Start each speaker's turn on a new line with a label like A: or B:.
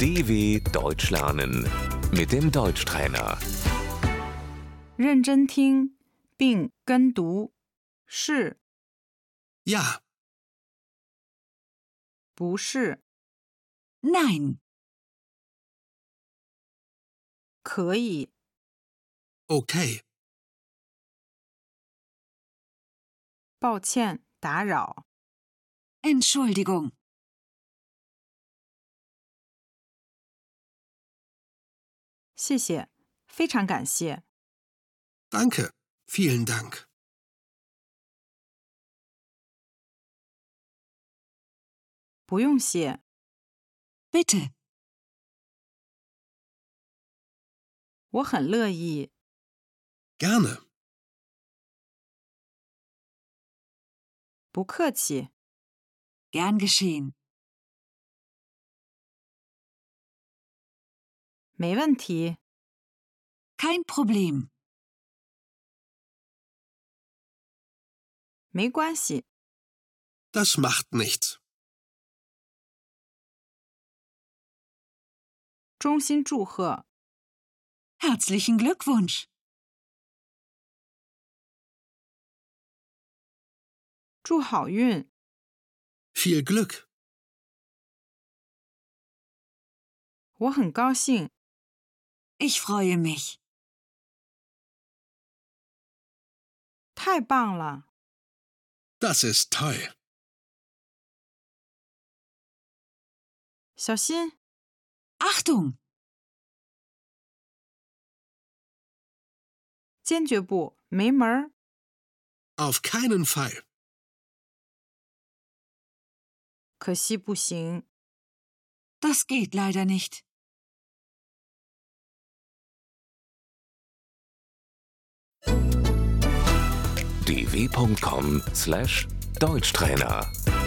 A: DW Deutsch lernen mit dem Deutschtrainer.
B: 认真听并跟读，是
C: Ja,
B: 不是？
D: Nein,
B: 可以，
C: okay,
B: 抱歉，打扰，
D: Entschuldigung,
B: 谢谢，非常感谢，
C: danke, vielen Dank.
B: 不用谢，
D: bitte,
B: 我很乐意，
C: Gerne,
B: 不客气，
D: gern geschehen,
B: 没问题，
D: kein Problem,
B: 没关系，
C: das macht nichts.
B: 衷心祝贺，
D: herzlichen Glückwunsch,
B: 祝好运，
C: Viel Glück,
B: 我很高兴，
D: ich freue mich,
B: 太棒了，
C: das ist toll.
B: 小心，
D: Achtung,
B: 坚决不，没门儿，
C: Auf keinen Fall.
B: 可惜不行，
D: das geht leider nicht,
A: dw.com/deutschtrainer